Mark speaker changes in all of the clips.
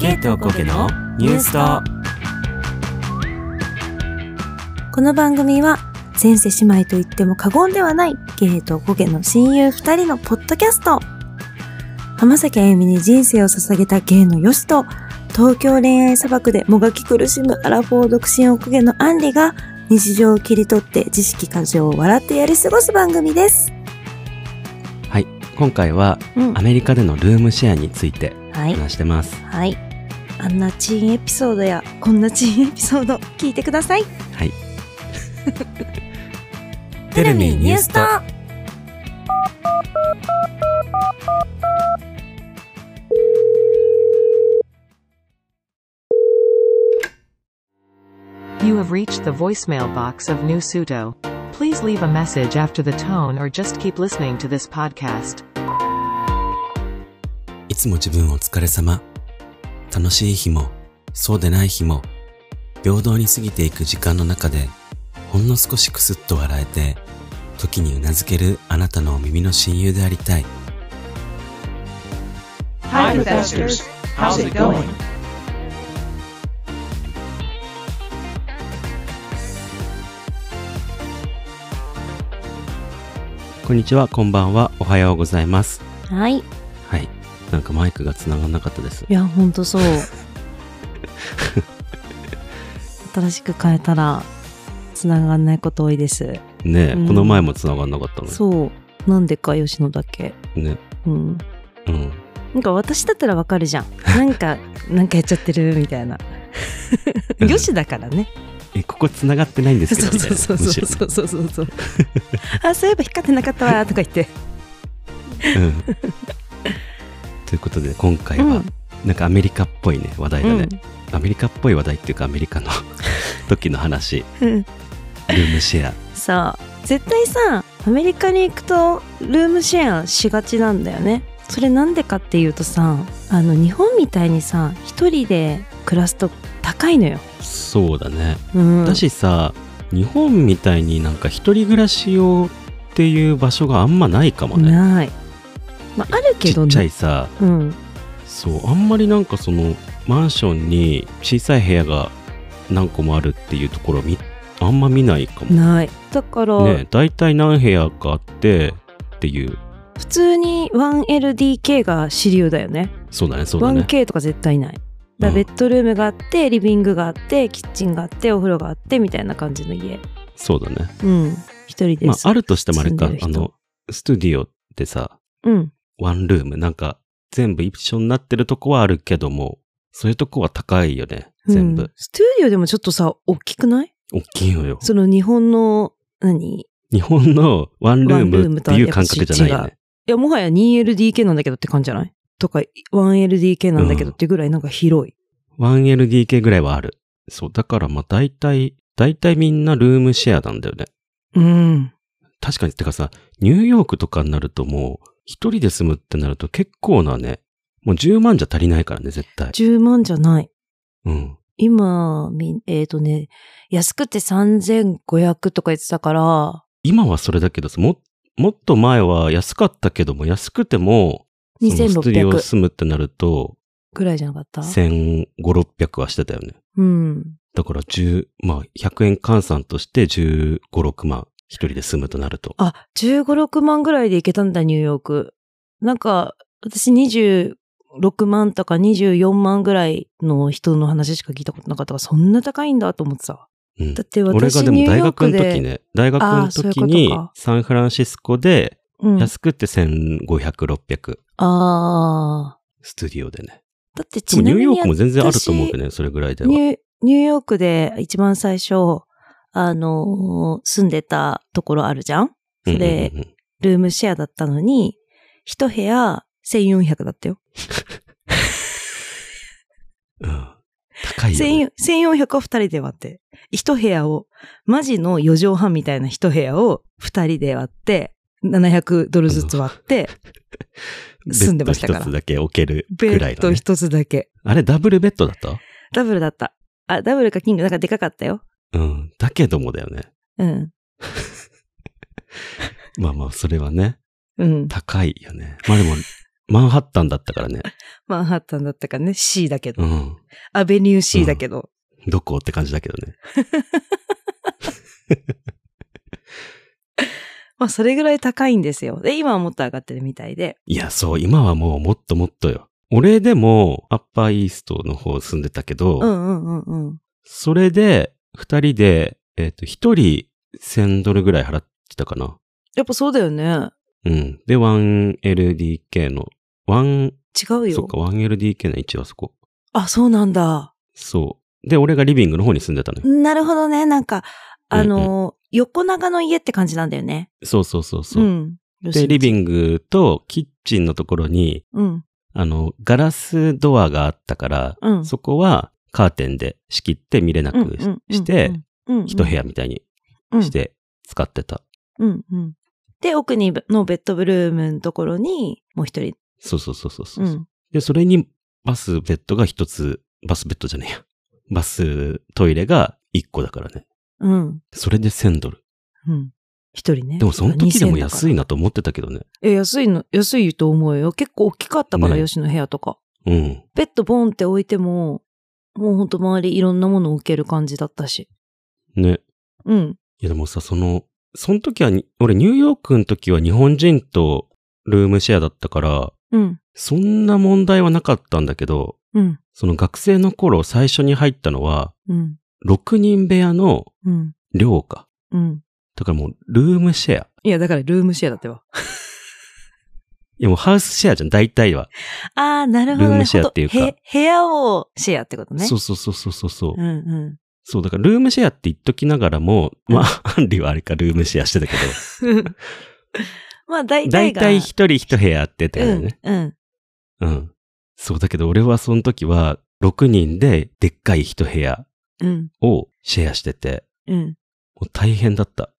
Speaker 1: ケイトコケのニュースと
Speaker 2: この番組は前世姉妹と言っても過言ではないゲイとゴゲの親友二人のポッドキャスト浜崎あゆみに人生を捧げたゲイのヨシと東京恋愛砂漠でもがき苦しむアラフォー独身おこげのアンリが日常を切り取って知識過剰を笑ってやり過ごす番組です。
Speaker 1: 今回は
Speaker 2: うん
Speaker 1: アメリカでのルームシェアについて
Speaker 2: はい。
Speaker 1: 話してます
Speaker 2: はい。あんなチーンエピソードやこんなチーンエピソード聞いてください。
Speaker 1: はい テレビニュースと
Speaker 3: You have reached the voicemail box of New Suto. Please leave a message after the tone or just keep listening to this podcast.
Speaker 1: いつも自分お疲れ様楽しい日もそうでない日も平等に過ぎていく時間の中でほんの少しくすっと笑えて時にうなずけるあなたのお耳の親友でありたい
Speaker 4: Hi, investors. How's it going?
Speaker 1: こんにちはこんばんはおはようございます
Speaker 2: はい。い
Speaker 1: はいなんかマイクが繋がんなかったです
Speaker 2: や、ほんと そう。新しく変えたら、繋がんないこと多いです。
Speaker 1: ねえ、
Speaker 2: うん
Speaker 1: この前も繋がんなかったの
Speaker 2: そう。なんでか、吉野だけ。
Speaker 1: ね
Speaker 2: うん。
Speaker 1: うん
Speaker 2: なんか私だったらわかるじゃん。なんか、 なんかやっちゃってるみたいな。
Speaker 1: うん
Speaker 2: よしだからね。
Speaker 1: えここ繋がってないんですけど
Speaker 2: そう
Speaker 1: みたいな
Speaker 2: そう
Speaker 1: むし
Speaker 2: そう
Speaker 1: ろ
Speaker 2: そうそうそうそ う。あ、そういえば光ってなかったわとか言って。
Speaker 1: うん ということで今回は、
Speaker 2: うん
Speaker 1: なんかアメリカっぽいね話題だね、
Speaker 2: うん
Speaker 1: アメリカっぽい話題っていうかアメリ カの時の話
Speaker 2: うん
Speaker 1: ルームシェア
Speaker 2: そう。絶対さ、アメリカに行くとルームシェアしがちなんだよね。それなんでかっていうとさ、あの日本みたいにさ、一人で暮らすと高いのよ。
Speaker 1: そうだね、
Speaker 2: うん。
Speaker 1: だしさ日本みたいになんか一人暮らし用っていう場所があんまないかもね
Speaker 2: ない。まあ、ある
Speaker 1: ち
Speaker 2: けど
Speaker 1: っ
Speaker 2: ね。
Speaker 1: ちゃいさ
Speaker 2: うん。
Speaker 1: そうあんまりなんかそのマンションに小さい部屋が何個もあるっていうところみあんま見ないかも
Speaker 2: ない。だから、
Speaker 1: ね大体何部屋かあってっていう
Speaker 2: 普通に 1LDK が主流だよね
Speaker 1: そうだねそうだね
Speaker 2: 1K とか絶対ないだから
Speaker 1: うん
Speaker 2: ベッドルームがあってリビングがあってキッチンがあってお風呂があってみたいな感じの家
Speaker 1: そうだね
Speaker 2: うん一人で、
Speaker 1: ますああるとしてもあれか
Speaker 2: 住んでる人
Speaker 1: あのスタディオってさ
Speaker 2: うん
Speaker 1: ワンルームなんか全部一緒になってるとこはあるけどもそういうとこは高いよね全部、
Speaker 2: うんスタジオでもちょっとさ大きくない
Speaker 1: 大きいのよ
Speaker 2: その日本の何い
Speaker 1: 日本のワンルー
Speaker 2: ワンルー
Speaker 1: ム
Speaker 2: ム
Speaker 1: っ
Speaker 2: と
Speaker 1: て
Speaker 2: は
Speaker 1: いう感覚じゃないよ
Speaker 2: やっ
Speaker 1: ね
Speaker 2: やもはや 2LDK なんだけどって感じじゃないとか 1LDK なんだけどってぐらいなんか広い
Speaker 1: 1LDK ぐらいはあるそうだからまあ大体大体みんなルームシェアなんだよね
Speaker 2: うん
Speaker 1: 確かに、てかさ、ニューヨークとかになるともう、一人で住むってなると結構なね、もう10万じゃ足りないからね、絶対。
Speaker 2: 10万じゃない
Speaker 1: うん。
Speaker 2: 今みえっ、とね安くて3500とか言ってたから
Speaker 1: 今はそれだけどさ、も、もっと前は安かったけども、安くても、そのスタジオ
Speaker 2: 2600
Speaker 1: 住むってなると、
Speaker 2: ぐらいじゃなかった
Speaker 1: 1500、600はしてたよね。
Speaker 2: うん。
Speaker 1: だから10、まあ、100円換算として15、6万。一人で住むとなると。
Speaker 2: あ、15、6万ぐらいで行けたんだ、ニューヨーク。なんか、私26万とか24万ぐらいの人の話しか聞いたことなかったから、そんな高いんだと思ってたわ。
Speaker 1: うん
Speaker 2: だって
Speaker 1: 俺
Speaker 2: 私
Speaker 1: がで
Speaker 2: ニュ
Speaker 1: も
Speaker 2: ー
Speaker 1: 大
Speaker 2: ヨー
Speaker 1: 学
Speaker 2: ク
Speaker 1: の
Speaker 2: で。
Speaker 1: 時ね、大学
Speaker 2: あ
Speaker 1: の
Speaker 2: ーそういうこ
Speaker 1: 時
Speaker 2: と
Speaker 1: に
Speaker 2: か
Speaker 1: サンフランシスコで
Speaker 2: うん。
Speaker 1: 安くて1500、600。
Speaker 2: あ
Speaker 1: スタジオでね。
Speaker 2: ー。だって
Speaker 1: でも
Speaker 2: ち
Speaker 1: ニ
Speaker 2: な
Speaker 1: ュー
Speaker 2: み
Speaker 1: ヨ
Speaker 2: に
Speaker 1: ー
Speaker 2: や
Speaker 1: クも全然あると思うけどね、それぐらいでは。
Speaker 2: ニューニューヨークで一番最初、あのー住んでたところあるじゃん
Speaker 1: うん
Speaker 2: そ
Speaker 1: うん
Speaker 2: れ、
Speaker 1: うん
Speaker 2: ルームシェアだったのに、一部屋1400だったよ。
Speaker 1: うん高いよ、ね。
Speaker 2: 1400 1400を二人で割って、一部屋を、マジの4畳半みたいな一部屋を二人で割って、700ドルずつ割って、住んでましたから
Speaker 1: ベッド一つだけ置ける
Speaker 2: ベ
Speaker 1: ぐらい
Speaker 2: ッ
Speaker 1: の、
Speaker 2: ド
Speaker 1: ね。
Speaker 2: 一つだけ。
Speaker 1: あれ、ダブルベッドだった
Speaker 2: ダブルだった。あ、ダブルかキング、なんかでかかったよ。
Speaker 1: うん。だけどもだよね。
Speaker 2: うん。
Speaker 1: まあまあ、それはね、
Speaker 2: うん。
Speaker 1: 高いよね。まあでも、マンハッタンだったからね。
Speaker 2: マンハッタンだったかね。C だけど。
Speaker 1: うん。
Speaker 2: アベニュー C だけど。
Speaker 1: どこって感じだけどね。
Speaker 2: まあ、それぐらい高いんですよ。で、今はもっと上がってるみたいで。
Speaker 1: いや、そう、今はもうもっともっとよ。俺でも、アッパーイーストの方住んでたけど、
Speaker 2: うんうんうんうん。
Speaker 1: それで、二人で、えっ、と、一人1000ドルぐらい払ってたかな。
Speaker 2: やっぱそうだよね。
Speaker 1: うん。で、1LDK の、
Speaker 2: 違
Speaker 1: 1、
Speaker 2: う
Speaker 1: そ
Speaker 2: よ
Speaker 1: っ。か、1LDK の位置はそこ。
Speaker 2: あ、そうなんだ。
Speaker 1: そう。で、俺がリビングの方に住んでたのよ。
Speaker 2: なるほどね。なんか、あのー
Speaker 1: う
Speaker 2: 横長の家って感じなんだよね。
Speaker 1: そうそうそうそう。
Speaker 2: ん。
Speaker 1: で、リビ
Speaker 2: ン
Speaker 1: ングとキッチンのところに、
Speaker 2: グ。うん。
Speaker 1: あの、ガラスドアがあったから、
Speaker 2: うん
Speaker 1: そこはカーテンで仕切って見れな
Speaker 2: う
Speaker 1: く
Speaker 2: んうんうん
Speaker 1: して、、
Speaker 2: うんうん
Speaker 1: 一部屋みたいにして使ってた。
Speaker 2: うんうん。で、奥にのベッドブルームのところに、もう一人。
Speaker 1: そうそうそうそうそうう、
Speaker 2: ん。
Speaker 1: で、それにバスベッドが一つ、バスベッドじゃねえや。バストイレが一個だからね。
Speaker 2: うん。
Speaker 1: それで1000ドル。
Speaker 2: うん。一人ね。
Speaker 1: でもその時でも安い
Speaker 2: な。
Speaker 1: なと思ってたけどね。
Speaker 2: え、安いの、安いと思うよ。結構大きかったから、
Speaker 1: ね
Speaker 2: 吉野部屋とか。
Speaker 1: うん。
Speaker 2: ベッドボンって置いても、もうほんと周りいろんなもの置ける感じだったし。
Speaker 1: ね。
Speaker 2: うん。
Speaker 1: いやでもさ、その、その時はに、俺ニューヨークの時は日本人とルームシェアだったから、
Speaker 2: うん。
Speaker 1: そんな問題はなかったんだけど、
Speaker 2: うん。
Speaker 1: その学生の頃最初に入ったのは、
Speaker 2: うん。
Speaker 1: 6人部屋の
Speaker 2: うん。
Speaker 1: 寮か。
Speaker 2: うん。
Speaker 1: だからもう、ルームシェア。
Speaker 2: いや、だからルームシェアだってば。
Speaker 1: いやもうハウスシェアじゃん、大体は。
Speaker 2: ああ、なるほど、ね。
Speaker 1: ルームシェアっていうか
Speaker 2: ほんとへ部屋をシェアってことね。
Speaker 1: そうそうそうそうそうそう。
Speaker 2: うんう
Speaker 1: そう、だからルームシェアって言っときながらも、
Speaker 2: うん
Speaker 1: まあ、アンリはあれか、ルームシェアしてたけ ど、
Speaker 2: ん。まあ、大体
Speaker 1: 大
Speaker 2: が。
Speaker 1: 体一人一部屋あってた
Speaker 2: う
Speaker 1: よ
Speaker 2: ん
Speaker 1: ね。、
Speaker 2: うん。
Speaker 1: うん。そう、だけど俺はその時は、6人ででっかい一部屋
Speaker 2: うん。
Speaker 1: をシェアしてて、
Speaker 2: うん。
Speaker 1: もう大変だった。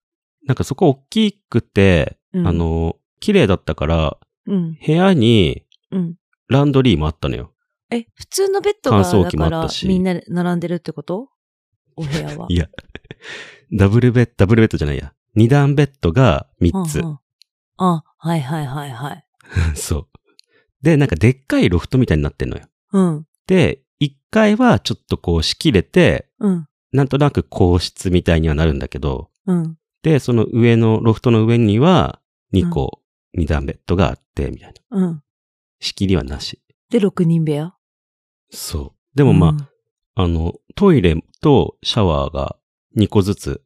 Speaker 1: なんかそこ大きくて、
Speaker 2: うん
Speaker 1: あの、綺麗だったから、
Speaker 2: うん。
Speaker 1: 部屋に
Speaker 2: うん。
Speaker 1: ランドリーもあったのよ。
Speaker 2: え、普通のベッドが、
Speaker 1: 乾
Speaker 2: だ
Speaker 1: 燥機も
Speaker 2: か
Speaker 1: あ
Speaker 2: ら
Speaker 1: った、し
Speaker 2: みんなで並んでるってことお部屋は。
Speaker 1: いや、ダブルベッド、ダブルベッドじゃないや。二段ベッドが3つ
Speaker 2: うん。うんあ、はいはいはいはい。
Speaker 1: そう。で、なんかでっかいロフトみたいになってんのよ。
Speaker 2: うん。
Speaker 1: で、1階はちょっとこう仕切れて、
Speaker 2: うん。
Speaker 1: なんとなく皇室みたいにはなるんだけど、
Speaker 2: うん。
Speaker 1: で、その上の、ロフトの上には2個、二段ベッドがあって、みたいな。
Speaker 2: うん。
Speaker 1: 仕切りはなし。
Speaker 2: で、6人部屋
Speaker 1: そう。
Speaker 2: で
Speaker 1: でもまあ、あの、トイレとシャワーが2個ずつ、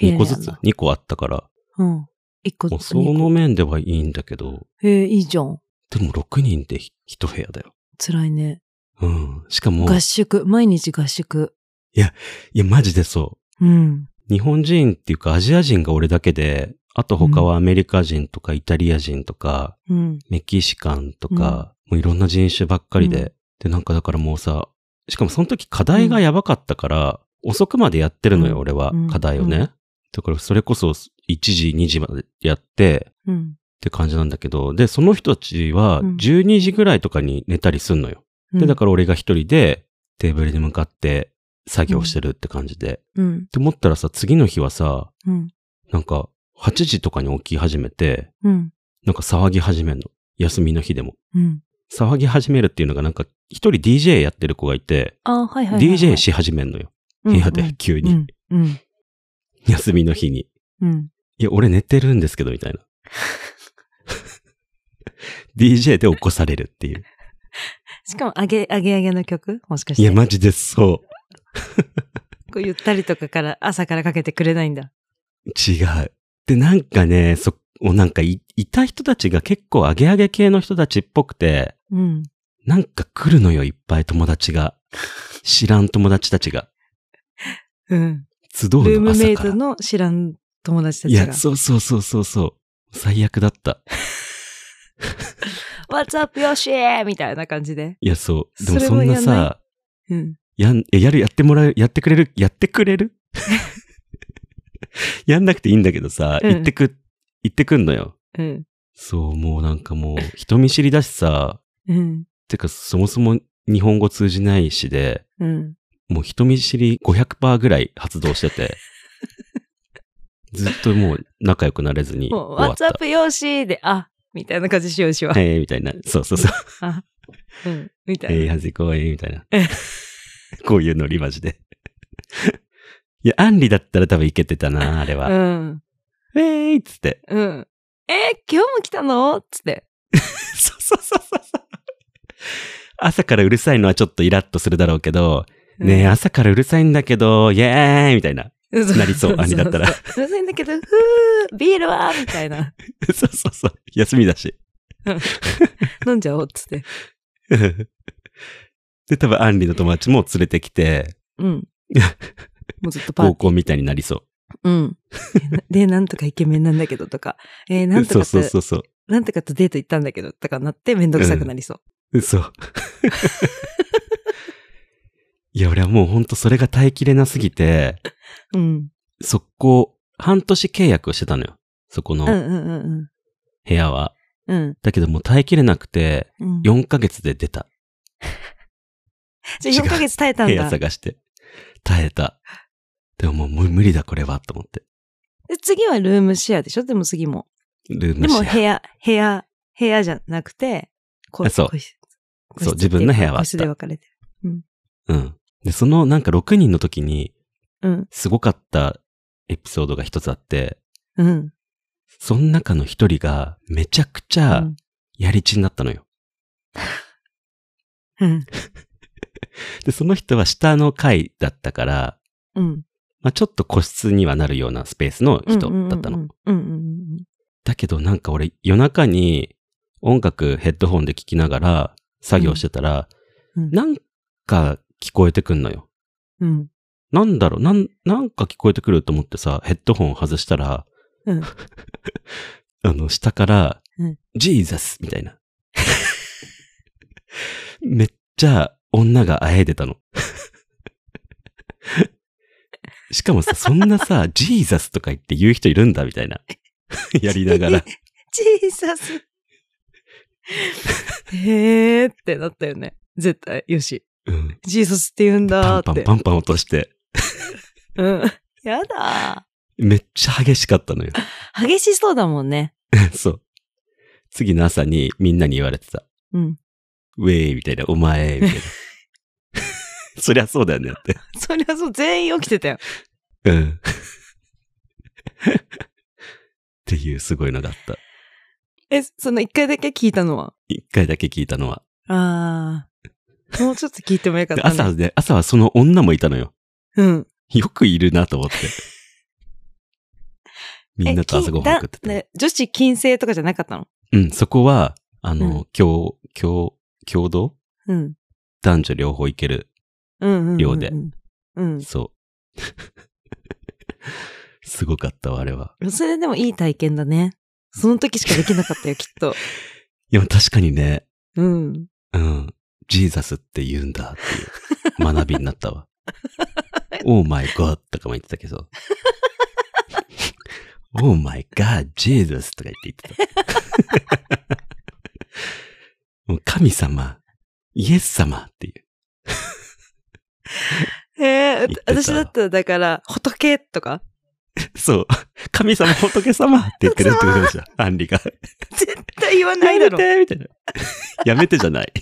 Speaker 1: 2個ずつ、2個あったから、
Speaker 2: うん。1個
Speaker 1: も
Speaker 2: ず
Speaker 1: う
Speaker 2: つ。
Speaker 1: その面ではいいんだけど、
Speaker 2: へえ、いいじゃん。
Speaker 1: でも6人で1部屋だよ。
Speaker 2: 辛いね。
Speaker 1: うん。しかも、
Speaker 2: 合宿。毎日合宿。
Speaker 1: いや、マジでそ
Speaker 2: うん。
Speaker 1: う。日本人っていうかアジア人が俺だけで、あと他はアメリカ人とかイタリア人とか、
Speaker 2: うん。
Speaker 1: メキシカンとか、もういろんな人種ばっかりで、
Speaker 2: うん
Speaker 1: で、なんかだからもうさ、しかもその時課題がやばかったから、遅くまでやってるのよ、
Speaker 2: うん
Speaker 1: 俺は
Speaker 2: うん、
Speaker 1: 課題をね。
Speaker 2: うん
Speaker 1: だからそれこそ1時、2時までやって、
Speaker 2: うん。
Speaker 1: って感じなんだけど、で、その人たちは
Speaker 2: うん
Speaker 1: 12時ぐらいとかに寝たりすんのよ。で、だから俺が一人でテーブルに向かって作業してるって感じで。っ
Speaker 2: ら。うん。
Speaker 1: て思ったらさ、次の日はさ、
Speaker 2: うん。
Speaker 1: なんか8時とかに起き始めて、
Speaker 2: うん。
Speaker 1: なんか騒ぎ始めんの。休みの日でも。
Speaker 2: うん。
Speaker 1: 騒ぎ始めるっていうのがなんか一人 DJ やってる子がいて、
Speaker 2: あ、はいはいはいはい。
Speaker 1: DJ し始めんのよ。部屋で急
Speaker 2: うん。う
Speaker 1: に。
Speaker 2: ん。うん。
Speaker 1: 休みの日に。
Speaker 2: うん。
Speaker 1: いや、俺寝てるんですけど、みたいな。DJ で起こされるっていう。
Speaker 2: しかも、あげ、あげあげの曲もしかして。
Speaker 1: いや、マジでそう。
Speaker 2: こうゆったりとかから、朝からかけてくれないんだ。
Speaker 1: 違う。で、なんかね、そ、おなんかい、いた人たちが結構アゲアゲ系の人たちっぽくて、
Speaker 2: うん。
Speaker 1: なんか来るのよ、いっぱい友達が。知らん友達たちが。
Speaker 2: うん。
Speaker 1: 集う
Speaker 2: ルー
Speaker 1: の
Speaker 2: ム
Speaker 1: 朝
Speaker 2: メイ
Speaker 1: から。
Speaker 2: トの知らん友達た
Speaker 1: い
Speaker 2: ちが
Speaker 1: や、。そうそうそうそうそう。最悪だった。
Speaker 2: What's up, Yoshi! みたいな感じで。
Speaker 1: いや、そう。でも
Speaker 2: それ
Speaker 1: そ
Speaker 2: も
Speaker 1: んな
Speaker 2: やんない
Speaker 1: さ、
Speaker 2: うん。
Speaker 1: やん、いややる、やってもらう、やってくれる、やってくれる やんなくていいんだけどさ、
Speaker 2: うん
Speaker 1: 行ってく、行ってくんのよ。
Speaker 2: うん。
Speaker 1: そう、もうなんかもう、人見知りだしさ、
Speaker 2: うん。
Speaker 1: てか、そもそも日本語通じないしで、
Speaker 2: うん。
Speaker 1: もう人見知り500%ぐらい発動してて、ずっともう仲良くなれずに終
Speaker 2: もう、
Speaker 1: わっ
Speaker 2: What's
Speaker 1: た。
Speaker 2: up, Yoshi! で、あ、みたいな感じしようしは。
Speaker 1: えー、みたいな。そうそうそう。
Speaker 2: うん。みたい
Speaker 1: え
Speaker 2: な。
Speaker 1: ー、はずこえー、みたいな。こういうノリマジで。いや、アンリだったら多分いけてたな、あれは。
Speaker 2: うん。
Speaker 1: ウェーイっつって。
Speaker 2: うん。えー、今日も来たのつって。
Speaker 1: そうそうそうそうそう。朝からうるさいのはちょっとイラッとするだろうけど、
Speaker 2: うん
Speaker 1: ねえ、朝からうるさいんだけど、イエーイみたいな。なりそう兄だったら
Speaker 2: そうそうそううるさいんだけど、ふー、ビールはみたいな。
Speaker 1: そうそうそう。休みだし。
Speaker 2: 飲んじゃおうっつって。
Speaker 1: で、多分アンリの友達も連れてきて、
Speaker 2: うん。もうずっとパー
Speaker 1: 合コンみたいになりそ
Speaker 2: う
Speaker 1: う。
Speaker 2: ん。 で、なんとかイケメンなんだけどとか、 えー、なんとか
Speaker 1: そう
Speaker 2: と、
Speaker 1: そうそうそう。
Speaker 2: なんとかとデート行ったんだけどとかなってめんどくさくなりそう。
Speaker 1: 嘘。 いや、俺はもうほんとそれが耐えきれなすぎて、
Speaker 2: うん。
Speaker 1: 速攻、半年契約をしてたのよ。そこ
Speaker 2: うんう
Speaker 1: の
Speaker 2: んうん
Speaker 1: 部屋は。
Speaker 2: うん。うん。
Speaker 1: だけどもう耐えきれなくて、
Speaker 2: うん、
Speaker 1: 4ヶ月で出た。
Speaker 2: じゃあ4ヶ月耐えた
Speaker 1: 部
Speaker 2: ん
Speaker 1: 屋
Speaker 2: だ。
Speaker 1: 探して。耐えた。でももう無理だこれは、と思って。
Speaker 2: で次はルームシェアでしょでも次も。
Speaker 1: ルー
Speaker 2: で
Speaker 1: ム
Speaker 2: も
Speaker 1: シェ
Speaker 2: 部屋、部屋、部屋じゃなくて、こ
Speaker 1: あそう
Speaker 2: 個室
Speaker 1: そう自分の部屋はあった
Speaker 2: 個室で分かれて
Speaker 1: ア。うん。で、そのなんか6人の時に、
Speaker 2: る。うん。
Speaker 1: すごかったエピソードが一つあって、
Speaker 2: うん。
Speaker 1: その中の一人が、めちゃくちゃ、やりちんだったのよ。
Speaker 2: うん。
Speaker 1: で、その人は下の階だったから、
Speaker 2: うん。
Speaker 1: まあ、ちょっと個室にはなるようなスペースの人だったの。
Speaker 2: うんうんうん
Speaker 1: だけどなんか俺夜中に音楽ヘッドホンで聞きながら作業してたら、
Speaker 2: うんうん。
Speaker 1: なんか聞こえてくんのよ。
Speaker 2: うん。
Speaker 1: なんだろうなん、なんか聞こえてくると思ってさ、ヘッドホン外したら、
Speaker 2: うん
Speaker 1: あの、下から、
Speaker 2: うん
Speaker 1: ジーザスみたいな。 めっちゃ女があえいでたの。 しかもさ、そんなさ、ジーザスとか言って言う人いるんだみたいな。 やりながら。
Speaker 2: ジーサス。へーってなったよね。絶対、よし。
Speaker 1: うん
Speaker 2: ジーサスって言うんだー
Speaker 1: パン
Speaker 2: って
Speaker 1: パ。ンパンパン落として、
Speaker 2: うん。やだ
Speaker 1: めっちゃ激しかったのよ。
Speaker 2: ー。激しそうだもんね。
Speaker 1: そう。次の朝にみんなに言われてた。
Speaker 2: うん。
Speaker 1: ウェイみたいな、お前、みたいな。 そりゃそうだよねって。
Speaker 2: そりゃそう、全員起きてたよ。
Speaker 1: うん。っていうすごいのがあった。
Speaker 2: え、その一回だけ聞いたのは。
Speaker 1: 一回だけ聞いたのは。
Speaker 2: あー。もうちょっと聞いてもよかっ
Speaker 1: で
Speaker 2: た、ね。
Speaker 1: 朝で、朝はその女もいたのよ。
Speaker 2: うん。
Speaker 1: よくいるなと 思って。みんなと朝ごはん食っ
Speaker 2: え
Speaker 1: て
Speaker 2: 金
Speaker 1: て。
Speaker 2: だね女子禁制とかじゃなかったの
Speaker 1: うん、そこは、あ
Speaker 2: う
Speaker 1: の、共、共、共同
Speaker 2: うん。
Speaker 1: 男女両方いける。
Speaker 2: うんうんうん、うん。
Speaker 1: 寮で
Speaker 2: うん。
Speaker 1: そう。 すごかったわ、あれは。
Speaker 2: それでもいい体験だね。その時しかできなかったよ、きっと。
Speaker 1: いや、確かにね、
Speaker 2: うん。
Speaker 1: うん。ジーザスって言うんだっていう学びになった わ。オーマイガーとかも言ってたけど。 オーマイガー、ジーザスとか言って言ってた。 もう神様、イエス様っていう。
Speaker 2: ええ
Speaker 1: 言ってた
Speaker 2: 私だったら、だから、仏とか、
Speaker 1: そう。神様、仏様って言ってるってこ とでしょ。アンリが。
Speaker 2: 絶対言わな
Speaker 1: や
Speaker 2: いだ
Speaker 1: め
Speaker 2: ろ。
Speaker 1: てみたいな。やめてじゃない。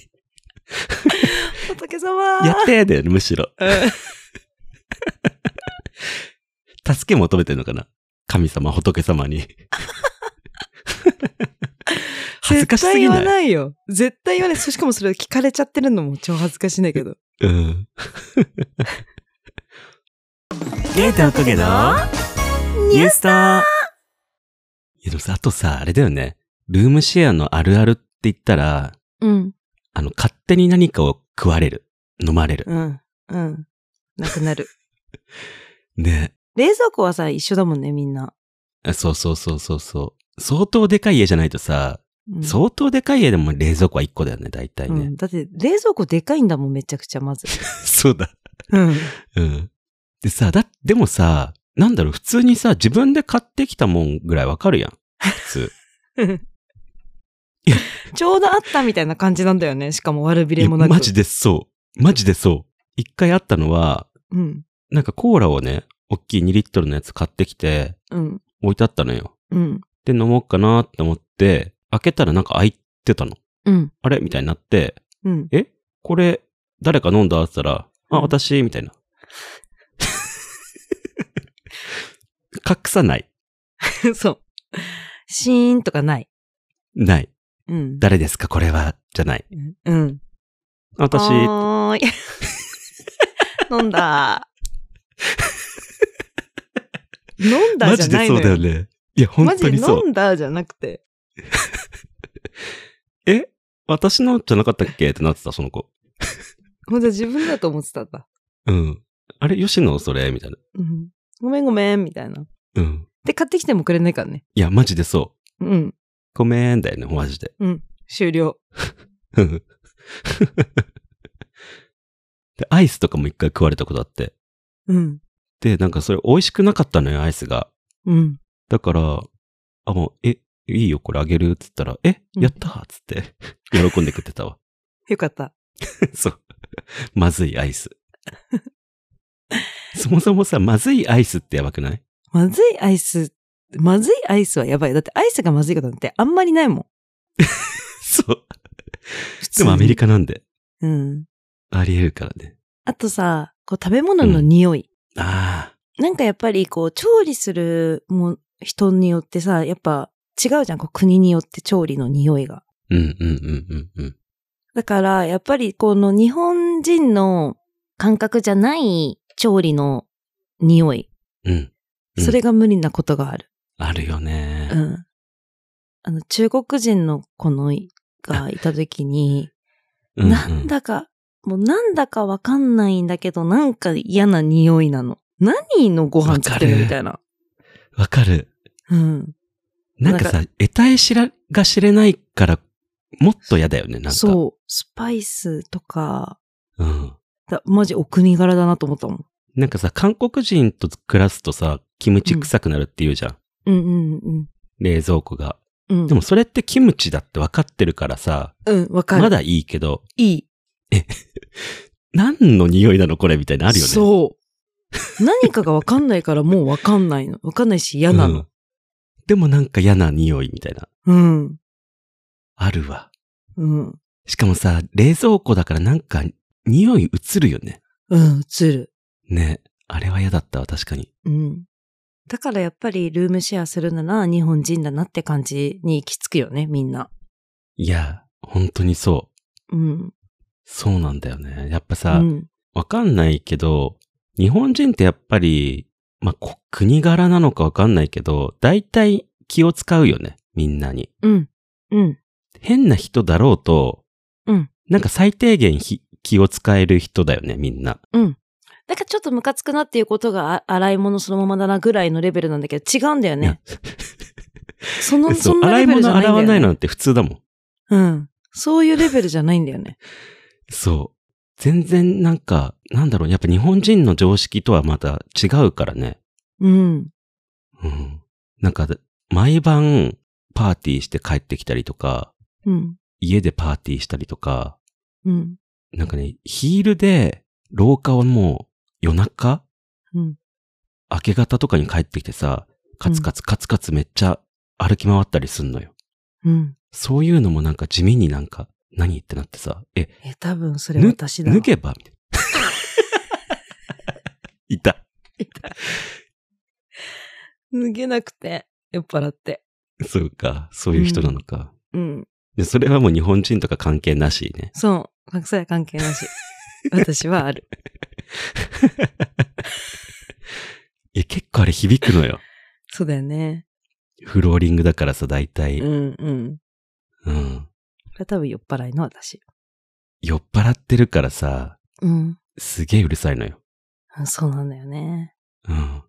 Speaker 2: 仏様
Speaker 1: やってだよね、むしろ。助け求めてるのかな神様、仏様に。恥ずかしすぎ
Speaker 2: 絶対言わ
Speaker 1: ない
Speaker 2: ないよ。絶対言わない。しかもそれ聞かれちゃってるのも超恥ずかしいんだ けど。
Speaker 1: うん。
Speaker 2: ゲートおかげのニュースタ
Speaker 1: いやでもさ、あとさ、あれだよね。ルームシェアのあるあるって言ったら、
Speaker 2: ーうん。
Speaker 1: あの、勝手に何かを食われる。飲まれる。
Speaker 2: うん。うん。なくなる。
Speaker 1: ね。
Speaker 2: 冷蔵庫はさ、一緒だもんね、みんな。
Speaker 1: あそうそうそうそうそう。相当でかい家じゃないとさ、
Speaker 2: うん
Speaker 1: 相当でかい家でも冷蔵庫は1個だよね、大体
Speaker 2: う
Speaker 1: ね。
Speaker 2: ん。だって、冷蔵庫でかいんだもん、めちゃくちゃ、まず。
Speaker 1: そうだ。
Speaker 2: うん。
Speaker 1: うん。でさ、だ、でもさ、なんだろう、普通にさ、自分で買ってきたもんぐらいわかるやん。普 通。
Speaker 2: ちょうどあったみたいな感じなんだよね。しかも悪びれも
Speaker 1: い
Speaker 2: な
Speaker 1: や
Speaker 2: く。
Speaker 1: マジでそう。マジでそう。一回あったのは、
Speaker 2: うん。
Speaker 1: なんかコーラをね、おっきい2リットルのやつ買ってきて、
Speaker 2: うん。
Speaker 1: 置いてあったのよ。
Speaker 2: うん。
Speaker 1: で、飲もうかなって思って、開けたらなんか開いてたの。
Speaker 2: うん。
Speaker 1: あれみたいになって、
Speaker 2: うん。
Speaker 1: えこれ、誰か飲んだって言ったら、
Speaker 2: う
Speaker 1: あ、
Speaker 2: ん
Speaker 1: 私みたいな。 隠さない。
Speaker 2: そう。シーンとかない。
Speaker 1: ない。
Speaker 2: うん。
Speaker 1: 誰ですかこれは。じゃない。
Speaker 2: うん。
Speaker 1: 私、
Speaker 2: はーい。 飲んだ。 飲んだ
Speaker 1: マ
Speaker 2: じゃ
Speaker 1: ジ
Speaker 2: な
Speaker 1: で
Speaker 2: い
Speaker 1: そ
Speaker 2: の
Speaker 1: うだよね。いや、本
Speaker 2: マジ
Speaker 1: 当
Speaker 2: で
Speaker 1: にそう
Speaker 2: 飲。んだじゃなくて。
Speaker 1: え私のじゃなかったっけってなってた、その子。
Speaker 2: ほんと自分だと思ってたんだ。
Speaker 1: うん。あれ、吉野それみたいな。
Speaker 2: うん。ごめんごめん、みたいな。
Speaker 1: うん。
Speaker 2: で、買ってきてもくれないからね。
Speaker 1: いや、マジでそう。
Speaker 2: うん。
Speaker 1: ごめんだよね、マジで。
Speaker 2: 終了。
Speaker 1: うんで、アイスとかも一回食われたことあって。
Speaker 2: うん。
Speaker 1: で、なんかそれ美味しくなかったのよ、アイスが。
Speaker 2: うん。
Speaker 1: だから、あ、もう、え、いいよ、これあげるっつったら、え、
Speaker 2: うん
Speaker 1: やったっつって、喜んで食って たわ。
Speaker 2: よかった。
Speaker 1: そう。まずいアイス。そもそもさ、まずいアイスってやばくない
Speaker 2: まずいアイス、まずいアイスはやばい。だってアイスがまずいことなんてあんまりないもん。
Speaker 1: そう。
Speaker 2: 普通
Speaker 1: で
Speaker 2: に
Speaker 1: もアメリカなんで、
Speaker 2: うん。
Speaker 1: ありえるからね。
Speaker 2: あとさ、こう食べ物の匂い。
Speaker 1: ああ、
Speaker 2: なんかやっぱりこう調理するも人によってさ、やっぱ違うじゃん。こう国によって調理の匂いが。
Speaker 1: うんうんうんうんうん。
Speaker 2: だからやっぱりこの日本人の感覚じゃない調理の匂い。
Speaker 1: うん。うん
Speaker 2: それが無理なことがある。
Speaker 1: あるよね。
Speaker 2: うん。あの中国人の子のいがいた時に、
Speaker 1: うう
Speaker 2: なんだか、もうなんだかわかんないんだけど、なんか嫌な匂いなの。何のご飯作ってる
Speaker 1: わかる
Speaker 2: みたいな。
Speaker 1: わかる。
Speaker 2: うん。
Speaker 1: なんかさ、得体知らが知れないから、もっと嫌だよね、なんか。
Speaker 2: そう。スパイスとか、
Speaker 1: う。うん。
Speaker 2: だマジお国柄だなと思ったもん。
Speaker 1: なんかさ、韓国人と暮らすとさ、キムチ臭くなるって言うじゃん。
Speaker 2: うんうんうん
Speaker 1: 冷蔵庫が。。
Speaker 2: うん
Speaker 1: でも、それってキムチだってわかってるからさ、
Speaker 2: うん、わかる。
Speaker 1: まだいいけど、
Speaker 2: いい。
Speaker 1: 何の匂いなのこれみたいなのあるよね。う。
Speaker 2: そう。何かがわかんないからもうわかんないの。わかんないし嫌なの。
Speaker 1: んでもなんか嫌な匂いみたいな。
Speaker 2: うん。
Speaker 1: あるわ。
Speaker 2: うん。
Speaker 1: しかもさ、冷蔵庫だからなんか匂い移るよね。
Speaker 2: うん、映る。
Speaker 1: ね。あれは嫌だったわ、確かに。
Speaker 2: うん。だからやっぱりルームシェアするなら日本人だなって感じに行き着くよね、みんな。
Speaker 1: いや、本当にそう。
Speaker 2: うん。
Speaker 1: そうなんだよね。やっぱ
Speaker 2: う
Speaker 1: さ、
Speaker 2: ん。
Speaker 1: わかんないけど、日本人ってやっぱり、まあ、こ国柄なのかわかんないけど、大体気を使うよね、みんなに。
Speaker 2: うん。うん。
Speaker 1: 変な人だろうと、
Speaker 2: うん
Speaker 1: なんか最低限ひ気を使える人だよね、みんな。
Speaker 2: だからちょっとムカつくなっていうことがあ洗い物そのままだなぐらいのレベルなんだけど違うんだよね。その、
Speaker 1: そ
Speaker 2: そん
Speaker 1: う
Speaker 2: な
Speaker 1: 洗
Speaker 2: レ
Speaker 1: い
Speaker 2: ベルじ
Speaker 1: 物
Speaker 2: ゃないんだ
Speaker 1: 洗
Speaker 2: よ、ね。
Speaker 1: わないのなんて普通だもん。
Speaker 2: うん。そういうレベルじゃないんだよね。
Speaker 1: そう。全然なんか、なんだろう、やっぱ日本人の常識とはまた違うからね。
Speaker 2: うん。
Speaker 1: うん。なんか、毎晩パーティーして帰ってきたりとか、
Speaker 2: うん。
Speaker 1: 家でパーティーしたりとか、
Speaker 2: うん。
Speaker 1: なんかね、ヒールで廊下をもう夜中
Speaker 2: うん。
Speaker 1: 明け方とかに帰ってきてさ、カツカツカツカツめっちゃ歩き回ったりすんのよ。
Speaker 2: うん。
Speaker 1: そういうのもなんか地味になんか、何ってなってさ、え、
Speaker 2: え、多分それ私だわ。
Speaker 1: 抜けばみたいな。いた。
Speaker 2: 抜けなくて。酔っ払って。
Speaker 1: そうか、そういう人なのか。
Speaker 2: うん。
Speaker 1: でそれはもう日本人とか関係なしね。
Speaker 2: そう。それは関係 なし。私はある。
Speaker 1: いや、結構あれ響くのよ。
Speaker 2: そうだよね。
Speaker 1: フローリングだからさ、大体。
Speaker 2: う
Speaker 1: うん。
Speaker 2: んうん。これ多分酔っ払いの私。
Speaker 1: 酔っ払ってるからさ、
Speaker 2: うん。
Speaker 1: すげえうるさいのよ。
Speaker 2: そうなんだよね。
Speaker 1: うん。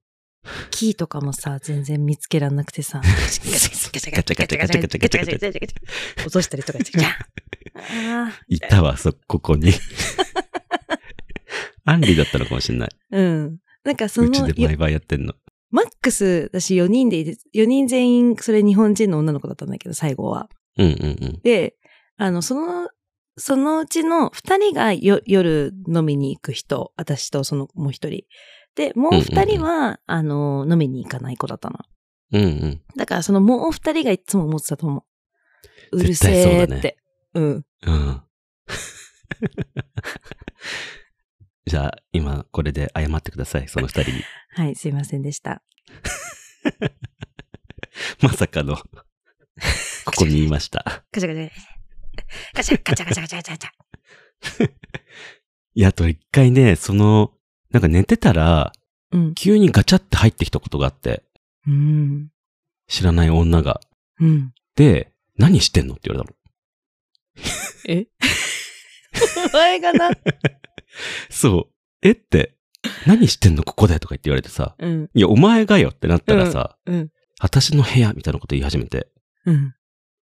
Speaker 2: キーとかもさ、全然見つけらんなくてさ、ガチャガチャガチャガチャガチャガチャガチャガチャガチャガチャガチャ落としたりとかして、ギャンあ
Speaker 1: いたわ、そ、ここ に。アンリだったのかもしれない。
Speaker 2: ーうん。なんかそう
Speaker 1: ち
Speaker 2: の、
Speaker 1: で毎晩やってんの。
Speaker 2: マックス、私4人でいて、4人全員、それ日本人の女の子だったんだけど、最後は。
Speaker 1: うんうんうん。
Speaker 2: で、あの、その、そのうちの2人がよ夜飲みに行く人、私とそのもう1人。で、もう2人は、あの、飲みに行かない子だったの。
Speaker 1: うんうん。
Speaker 2: だからそのもう2人がいつも思ってたと思う。うるせえって。
Speaker 1: 絶対そう
Speaker 2: う
Speaker 1: だね
Speaker 2: ん。
Speaker 1: うん。 じゃあ、今、これで謝ってください、その二人 に。
Speaker 2: はい、すいませんでした。
Speaker 1: まさかの、ここにいま した。
Speaker 2: ガチャガチャ。ガチャガチャガチャガチャガチャガチャ。
Speaker 1: いや、あと一回ね、その、なんか寝てたら、
Speaker 2: うん。
Speaker 1: 急にガチャって入ってきたことがあって、
Speaker 2: うん。
Speaker 1: 知らない女が。
Speaker 2: うん。
Speaker 1: で、何してんのって言われたの。
Speaker 2: えお前がな。
Speaker 1: そう。えって、何してんのここでとか言って言われてさ、
Speaker 2: うん。
Speaker 1: いや、お前がよってなったらさ、
Speaker 2: うん。
Speaker 1: 私の部屋みたいなこと言い始めて、
Speaker 2: うん。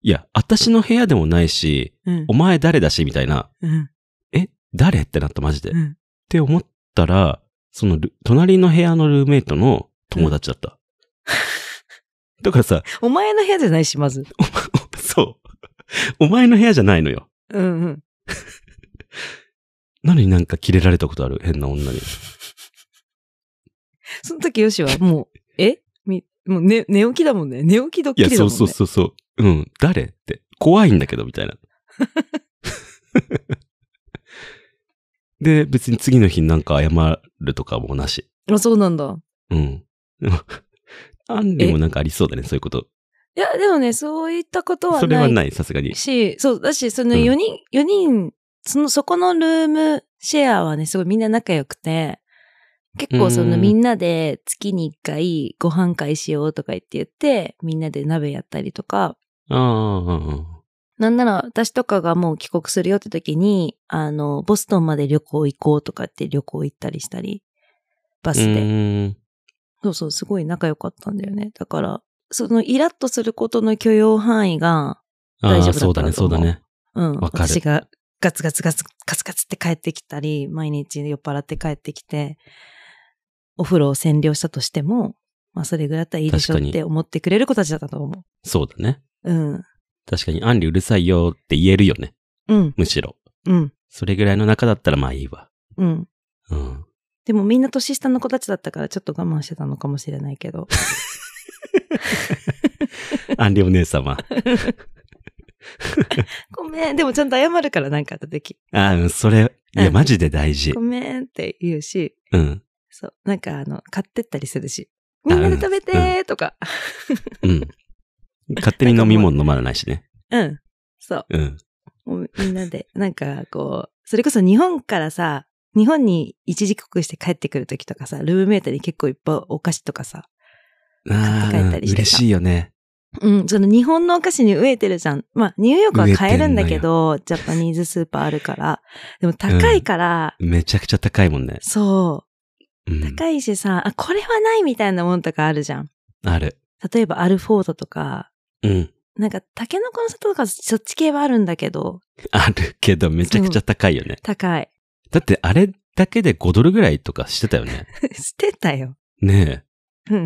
Speaker 1: いや、私の部屋でもないし、
Speaker 2: うん
Speaker 1: お。前誰だし、みたいな、
Speaker 2: うん。
Speaker 1: え、誰ってなったマジで。
Speaker 2: う
Speaker 1: っ
Speaker 2: ん。
Speaker 1: て思ったら、そのル、隣の部屋のルーメイトの友達だった。だからさ、
Speaker 2: お前の部屋じゃないし、まず。
Speaker 1: おそう。お前の部屋じゃないのよ。
Speaker 2: うんうん。
Speaker 1: なのになんかキレられたことある変な女に。
Speaker 2: その時、ヨシは もう、えみ、もう寝、寝起きだもんね。寝起きドッ
Speaker 1: い
Speaker 2: キ
Speaker 1: や、
Speaker 2: リだ
Speaker 1: そ
Speaker 2: も
Speaker 1: うん
Speaker 2: ね。
Speaker 1: そうそうそう。うん、誰って。怖いんだけど、みた いな。で、別に次の日なんか謝るとかもなし。
Speaker 2: あ、そうなんだ。
Speaker 1: うん。 でもアンリもなんかありそうだね、そういうこと。
Speaker 2: いや、でもね、そういったことは
Speaker 1: それ
Speaker 2: な
Speaker 1: はいない、さすがに。
Speaker 2: し、そう、だし、その
Speaker 1: うん
Speaker 2: 4人、四人、その、そこのルームシェアはね、すごいみんな仲良くて、結構そうの
Speaker 1: ん
Speaker 2: みんなで月に1回ご飯会しようとか言って言って、みんなで鍋やったりとか、
Speaker 1: ああ、
Speaker 2: なんなら私とかがもう帰国するよって時に、あの、ボストンまで旅行行こうとかって旅行行ったりしたり、バス
Speaker 1: う
Speaker 2: で。
Speaker 1: ーん。
Speaker 2: そうそう、すごい仲良かったんだよね。だから、そのイラッとすることの許容範囲が、
Speaker 1: あ
Speaker 2: 大丈夫だ
Speaker 1: あ、
Speaker 2: った
Speaker 1: そうだね、
Speaker 2: なと
Speaker 1: そう
Speaker 2: 思う
Speaker 1: だね。
Speaker 2: うん。
Speaker 1: わかる
Speaker 2: 私がガツガツガツガツガツって帰ってきたり、毎日酔っ払って帰ってきて、お風呂を占領したとしても、まあそれぐらいだったらいいでしょ
Speaker 1: 確かに
Speaker 2: って思ってくれる子たちだったと思
Speaker 1: そうだね。
Speaker 2: う。うん。
Speaker 1: 確かに、アンリうるさいよって言えるよね。
Speaker 2: うん。
Speaker 1: むしろ。
Speaker 2: うん。
Speaker 1: それぐらいの中だったらまあいいわ。
Speaker 2: うん。
Speaker 1: うん。
Speaker 2: でもみんな年下の子たちだったからちょっと我慢してたのかもしれないけど。
Speaker 1: アンリお姉様。
Speaker 2: ごめん。でもちゃんと謝るからなんかあった時。
Speaker 1: ああ、うんそれ、いや、
Speaker 2: うん
Speaker 1: マジで大事
Speaker 2: ご。めんって言うし、
Speaker 1: うん。
Speaker 2: そう。なんかあの、買ってったりするし。み
Speaker 1: あ
Speaker 2: んなで食べてーとか。
Speaker 1: うん。勝手に飲み物飲まないしね。
Speaker 2: うん。そう。
Speaker 1: うん。
Speaker 2: もうみんなで、 なんかこう、それこそ日本からさ、日本に一時帰国して帰ってくるときとかさ、ルームメイトに結構いっぱいお菓子とかさ、
Speaker 1: あ
Speaker 2: 買って帰っ
Speaker 1: あ、
Speaker 2: たりしてさ
Speaker 1: 嬉しいよね。
Speaker 2: うん、その日本のお菓子に飢えてるじゃん。まあ、ニューヨークは買えるんだけど、ジャパニーズスーパーあるから、でも高いから、
Speaker 1: めちゃくちゃ高いもんね。
Speaker 2: そうう、
Speaker 1: ん。
Speaker 2: 高いしさ、あ、これはないみたいなもんとかあるじゃん。
Speaker 1: ある。
Speaker 2: 例えばアルフォートとか、
Speaker 1: うん。
Speaker 2: なんか、タケノコの里とかそっち系はあるんだけど、
Speaker 1: あるけど、めちゃくちゃ高いよね。
Speaker 2: 高い。
Speaker 1: だって、あれだけで5ドルぐらいとかしてた よね。
Speaker 2: してたよ。
Speaker 1: ねえ。
Speaker 2: うん。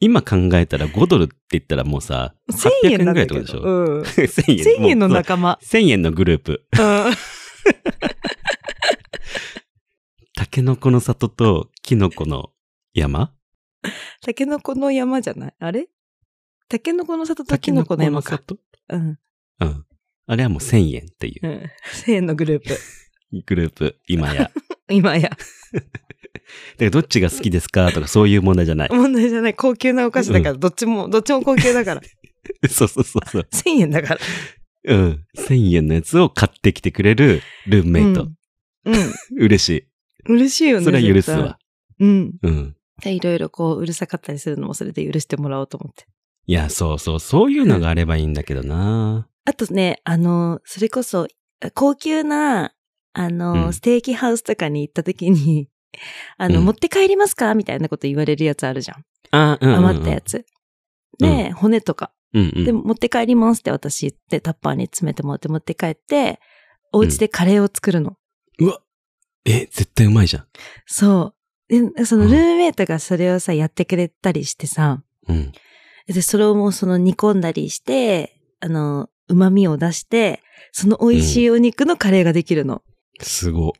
Speaker 1: 今考えたら5ドルって言ったらもうさ、
Speaker 2: 1000
Speaker 1: 800
Speaker 2: 円な
Speaker 1: 円ぐ
Speaker 2: ん
Speaker 1: らい
Speaker 2: だ
Speaker 1: っ
Speaker 2: け
Speaker 1: て
Speaker 2: ど。
Speaker 1: ことでし
Speaker 2: う
Speaker 1: ょ。
Speaker 2: ん。
Speaker 1: 1000円。
Speaker 2: 1000円の
Speaker 1: もう
Speaker 2: 仲間。
Speaker 1: 1000円のグループ。タケノコの里とキノコの山
Speaker 2: タケノコの山じゃないあれタケノコの里とキノコの山か。
Speaker 1: タケノコ
Speaker 2: うん。
Speaker 1: の里うん。あれはもう1000円ってい
Speaker 2: うん。1000円のグループ。
Speaker 1: うグループ、今や。だか
Speaker 2: 今や。
Speaker 1: らどっちが好きですかとかそういう問題じゃない。
Speaker 2: 問題じゃない。高級なお菓子だから、どっちも、どっちも高級 だから。
Speaker 1: そうそうそうそう。
Speaker 2: 1000円だから。
Speaker 1: うん。1000円のやつを買ってきてくれるルームメイト。
Speaker 2: うん。う
Speaker 1: 嬉し
Speaker 2: ん。嬉しいよ
Speaker 1: い。
Speaker 2: ね。
Speaker 1: それは許す
Speaker 2: 絶
Speaker 1: わ。
Speaker 2: 対。うん。
Speaker 1: うん。
Speaker 2: でいろいろこう、うるさかったりするのも、それで許してもらおうと思って。
Speaker 1: いや、そうそう、そういうのがあればいいんだけどな。
Speaker 2: あとね、あの、それこそ、高級な、あの、
Speaker 1: うん
Speaker 2: ステーキハウスとかに行った時に、 あの、
Speaker 1: うん
Speaker 2: 持って帰りますかみたいなこと言われるやつあるじゃん。
Speaker 1: あ、うんうんうん
Speaker 2: 余ったやつ。
Speaker 1: うん
Speaker 2: で、骨とか。
Speaker 1: うんうん。
Speaker 2: で、持って帰りますって私言って、タッパーに詰めてもらって持って帰って、お家でカレーを作るの。
Speaker 1: うわえ、絶対うまいじゃん。
Speaker 2: そう。で、その
Speaker 1: うん
Speaker 2: ルームメイトがそれをさ、やってくれたりしてさ、
Speaker 1: うん。
Speaker 2: で、それをもうその煮込んだりして、あの、旨味を出して、その美味しいお肉のカレーができるの。
Speaker 1: すご。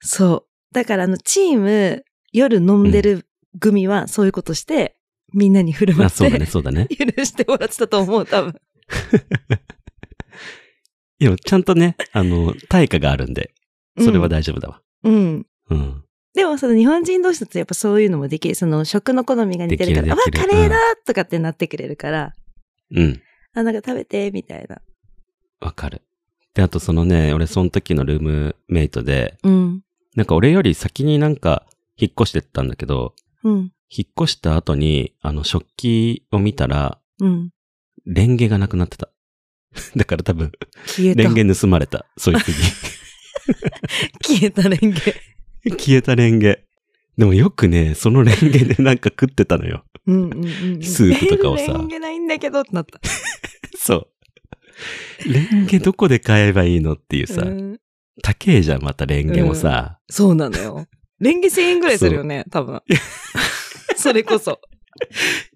Speaker 2: そう。だからあの、チーム、夜飲んでる組はそういうことして、みんなに振る舞
Speaker 1: あ、
Speaker 2: って、
Speaker 1: そうだね、そうだね。
Speaker 2: 許してもらってたと思う、多分。
Speaker 1: いや、ちゃんとね、あの、対価があるんで、それは大丈夫だわ。
Speaker 2: うん。
Speaker 1: うん。
Speaker 2: でも、その日本人同士だとやっぱそういうのもできる。その食の好みが似てるから、あ、わ
Speaker 1: できるでき
Speaker 2: カ
Speaker 1: る
Speaker 2: レーだとかってなってくれるから、
Speaker 1: うん。
Speaker 2: あ、なんか食べて、みたいな。
Speaker 1: わかる。で、あとそのね、俺その時のルームメイトで、
Speaker 2: うん。
Speaker 1: なんか俺より先になんか引っ越してったんだけど、
Speaker 2: うん。
Speaker 1: 引っ越した後に、あの、食器を見たら、
Speaker 2: うん。
Speaker 1: レンゲがなくなってた。 だから多分、
Speaker 2: 消えた。
Speaker 1: レンゲ盗まれた。そい つ
Speaker 2: 消えたレンゲ。
Speaker 1: に。消えたレンゲ。でもよくね、そのレンゲでなんか食ってたのよ。
Speaker 2: うんうんうんうん。
Speaker 1: スープとかをさ
Speaker 2: レンゲないんだけどってなった。
Speaker 1: そう。レンゲどこで買えばいいのっていうさ、
Speaker 2: うん
Speaker 1: 高えじゃん、またレンゲもさ。
Speaker 2: そうなのよ。レンゲ1000円ぐらいするよね、多 分。それこそ。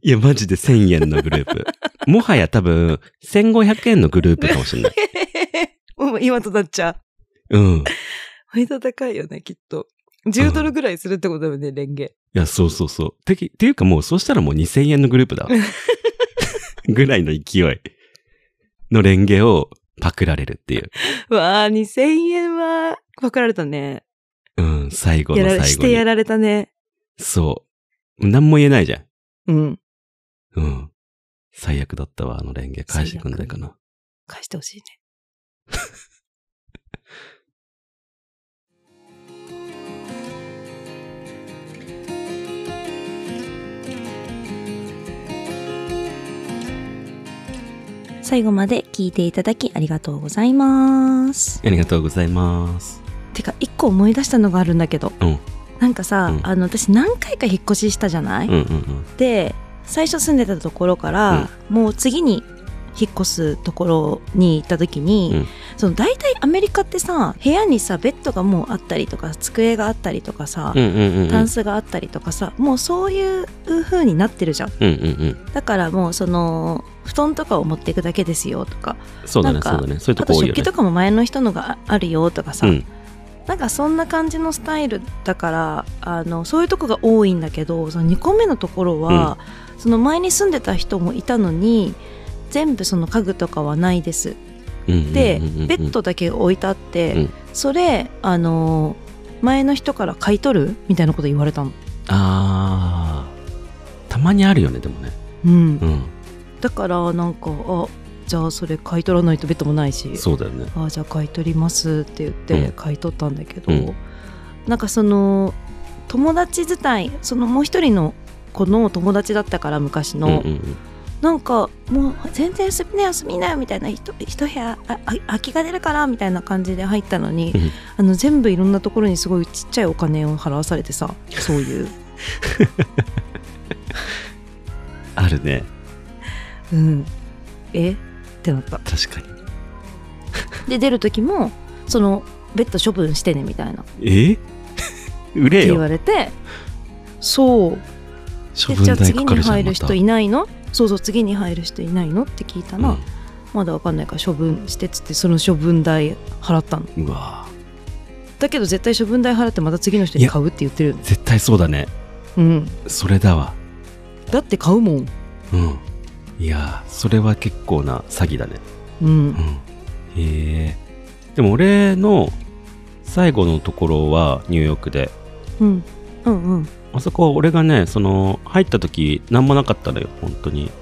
Speaker 1: いや、マジで1000円のグループ。もはや多分、1500円のグループかもしれない。
Speaker 2: もう今となっちゃう。
Speaker 1: うん。い
Speaker 2: 割と高いよね、きっと。10ドルぐらいするってことだよね、レンゲ。
Speaker 1: や、そうそうそう。てき、っていうかもう、そうしたらもう2000円のグル ープだわ。ぐらいの勢いのレンゲをパクられるっていう。
Speaker 2: わあ、2000円は、パクられたね。
Speaker 1: うん、最後の
Speaker 2: やら
Speaker 1: 最後
Speaker 2: れ、
Speaker 1: に。
Speaker 2: してやられたね。
Speaker 1: そう。何も言えないじゃ
Speaker 2: う
Speaker 1: ん。
Speaker 2: ん。
Speaker 1: うん。最悪だったわ、あのレンゲ。返してくんないかな。
Speaker 2: 返してほしいね。
Speaker 5: 最後まで聞いていただきありがとうございます。
Speaker 1: ありがとうございます。
Speaker 2: てか、一個思い出したのがあるんだけど。
Speaker 1: うん
Speaker 2: なんかさ、
Speaker 1: うん
Speaker 2: あの、私何回か引っ越ししたじゃない、
Speaker 1: うんうんうん。
Speaker 2: で、最初住んでたところから、もう次に引っ越すところに行った時に、
Speaker 1: うん
Speaker 2: その大体アメリカってさ、部屋にさ、ベッドがもうあったりとか、机があったりとかさ、
Speaker 1: うんうんうんうん。
Speaker 2: タンスがあったりとかさ、もうそういう風になってるじゃん。
Speaker 1: うんうんうん。
Speaker 2: だからもうその布団とかを持っていくだけですよとか
Speaker 1: そうだね、
Speaker 2: なんか
Speaker 1: そうだね。そういう
Speaker 2: あ
Speaker 1: と
Speaker 2: と
Speaker 1: こ多
Speaker 2: 食
Speaker 1: いよ
Speaker 2: 器
Speaker 1: ね
Speaker 2: と。かも前の人のがあるよとかさ、
Speaker 1: うん。
Speaker 2: なんかそんな感じのスタイルだからあのそういうとこが多いんだけどその2個目のところは、その前に住んでた人もいたのに全部その家具とかはないですで、ベッドだけ置いてあって、
Speaker 1: うん
Speaker 2: それあの前の人から買い取るみたいなこと言われたの。
Speaker 1: あーたまにあるよねでもね
Speaker 2: うん
Speaker 1: うん
Speaker 2: だからなんかあじゃあそれ買い取らないとベッドもないし
Speaker 1: そうだよね
Speaker 2: あじゃあ買い取りますって言っ
Speaker 1: うん
Speaker 2: て買い取ったんだけど、
Speaker 1: うん
Speaker 2: なんかその友達自体そのもう一人の子の友達だったから昔の、
Speaker 1: うんうん
Speaker 2: なんかもう全然休みなよ休みなよみたいな一一部屋ああ空きが出るからみたいな感じで入ったのに、
Speaker 1: うん
Speaker 2: あの全部いろんなところにすごいちっちゃいお金を払わされてさそういう、
Speaker 1: あるね
Speaker 2: うん、えってなった
Speaker 1: 確かに
Speaker 2: で出る時もそのベッド処分してねみたいなっ
Speaker 1: え 売れ
Speaker 2: て言わ
Speaker 1: よ
Speaker 2: れてそう
Speaker 1: 処
Speaker 2: でじゃ
Speaker 1: 分
Speaker 2: あ
Speaker 1: 代
Speaker 2: 次
Speaker 1: かか
Speaker 2: に
Speaker 1: るじゃん
Speaker 2: 入る
Speaker 1: ま
Speaker 2: 人
Speaker 1: た
Speaker 2: いないのそうそう次に入る人いないのって聞いたら、
Speaker 1: うん
Speaker 2: まだわかんないから処分してっつってその処分代払ったの
Speaker 1: うわー
Speaker 2: だけど絶対処分代払ってまた次の人に買うって言ってるよね
Speaker 1: 絶対そうだね
Speaker 2: うん
Speaker 1: それだわ
Speaker 2: だって買うもん
Speaker 1: うんいやーそれは結構な詐欺だね
Speaker 2: う
Speaker 1: うん
Speaker 2: ん
Speaker 1: へえでも俺の最後のところはニューヨークで
Speaker 2: うんうんうん
Speaker 1: あそこは俺がねその入った時何もなかったのよ本当に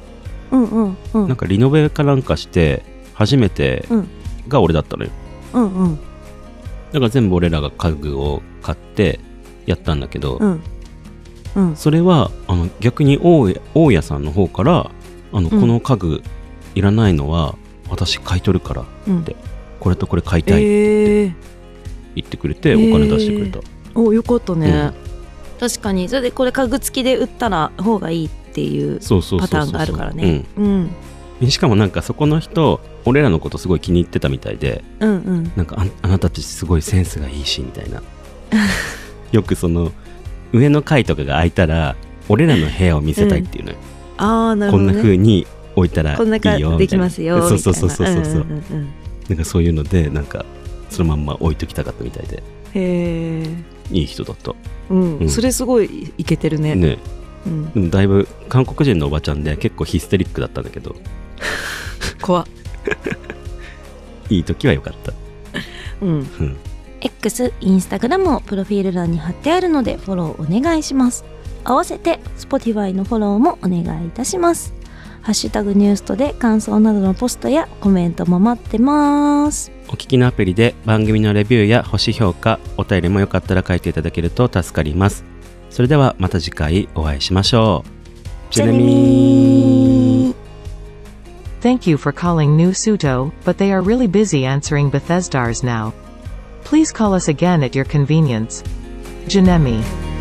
Speaker 2: うんうんうん
Speaker 1: なんかリノベかなんかして初めて
Speaker 2: うん
Speaker 1: が俺だったのよ、
Speaker 2: うんうん
Speaker 1: だから全部俺らが家具を買ってやったんだけど、
Speaker 2: うんうん
Speaker 1: それはあの逆に大家大家さんの方からあの、
Speaker 2: うん
Speaker 1: この家具いらないのは私買い取るから
Speaker 2: うん
Speaker 1: でこれとこれ買いたいって
Speaker 2: えー、
Speaker 1: 言ってくれて、
Speaker 2: えー
Speaker 1: お金出してくれた、
Speaker 2: およかったね、確かにそれでこれ家具付きで売ったら方がいいっていう
Speaker 1: そうそうそうそ
Speaker 2: パ
Speaker 1: う
Speaker 2: ターンがあるからね、うん、
Speaker 1: うんしかもなんかそこの人俺らのことすごい気に入ってたみたいで
Speaker 2: うんうん
Speaker 1: なんかああなたたちすごいセンスがいいしみた いなよくその上の階とかが空いたら俺らの部屋を見せたいっていうのよ、
Speaker 2: ああなる
Speaker 1: こ
Speaker 2: ほ
Speaker 1: ん
Speaker 2: ど、
Speaker 1: な
Speaker 2: ね、
Speaker 1: 風に置いたらいいよ
Speaker 2: こんな
Speaker 1: みた
Speaker 2: 感
Speaker 1: い
Speaker 2: じ
Speaker 1: な
Speaker 2: できますよみたい
Speaker 1: そう
Speaker 2: な
Speaker 1: そうそうそうそうそ
Speaker 2: ん
Speaker 1: う,、
Speaker 2: んんうん
Speaker 1: なんかそういうのでなんかそのまんま置いときたかったみたいで
Speaker 2: へえ
Speaker 1: いい人だった
Speaker 2: うん、
Speaker 1: うん
Speaker 2: それすごいいけてるね
Speaker 1: ね
Speaker 2: うん、
Speaker 1: でもだいぶ韓国人のおばちゃんで結構ヒステリックだったんだけど
Speaker 2: 怖
Speaker 1: いい時は良かった。
Speaker 2: うん
Speaker 1: うん。
Speaker 4: X、インスタグラムをプロフィール欄に貼ってあるのでフォローお願いします。合わせて Spotify のフォローもお願いいたします。ハッシュタグニュースとで感想などのポストやコメントも待ってます。
Speaker 1: お聞きのアプリで番組のレビューや星評価、お便りもよかったら書いていただけると助かります。それではまた次回お会いしましょう。
Speaker 4: じゃねみー
Speaker 3: Thank you for calling New Suto, but they are really busy answering Bethesdars now. Please call us again at your convenience. Janemi.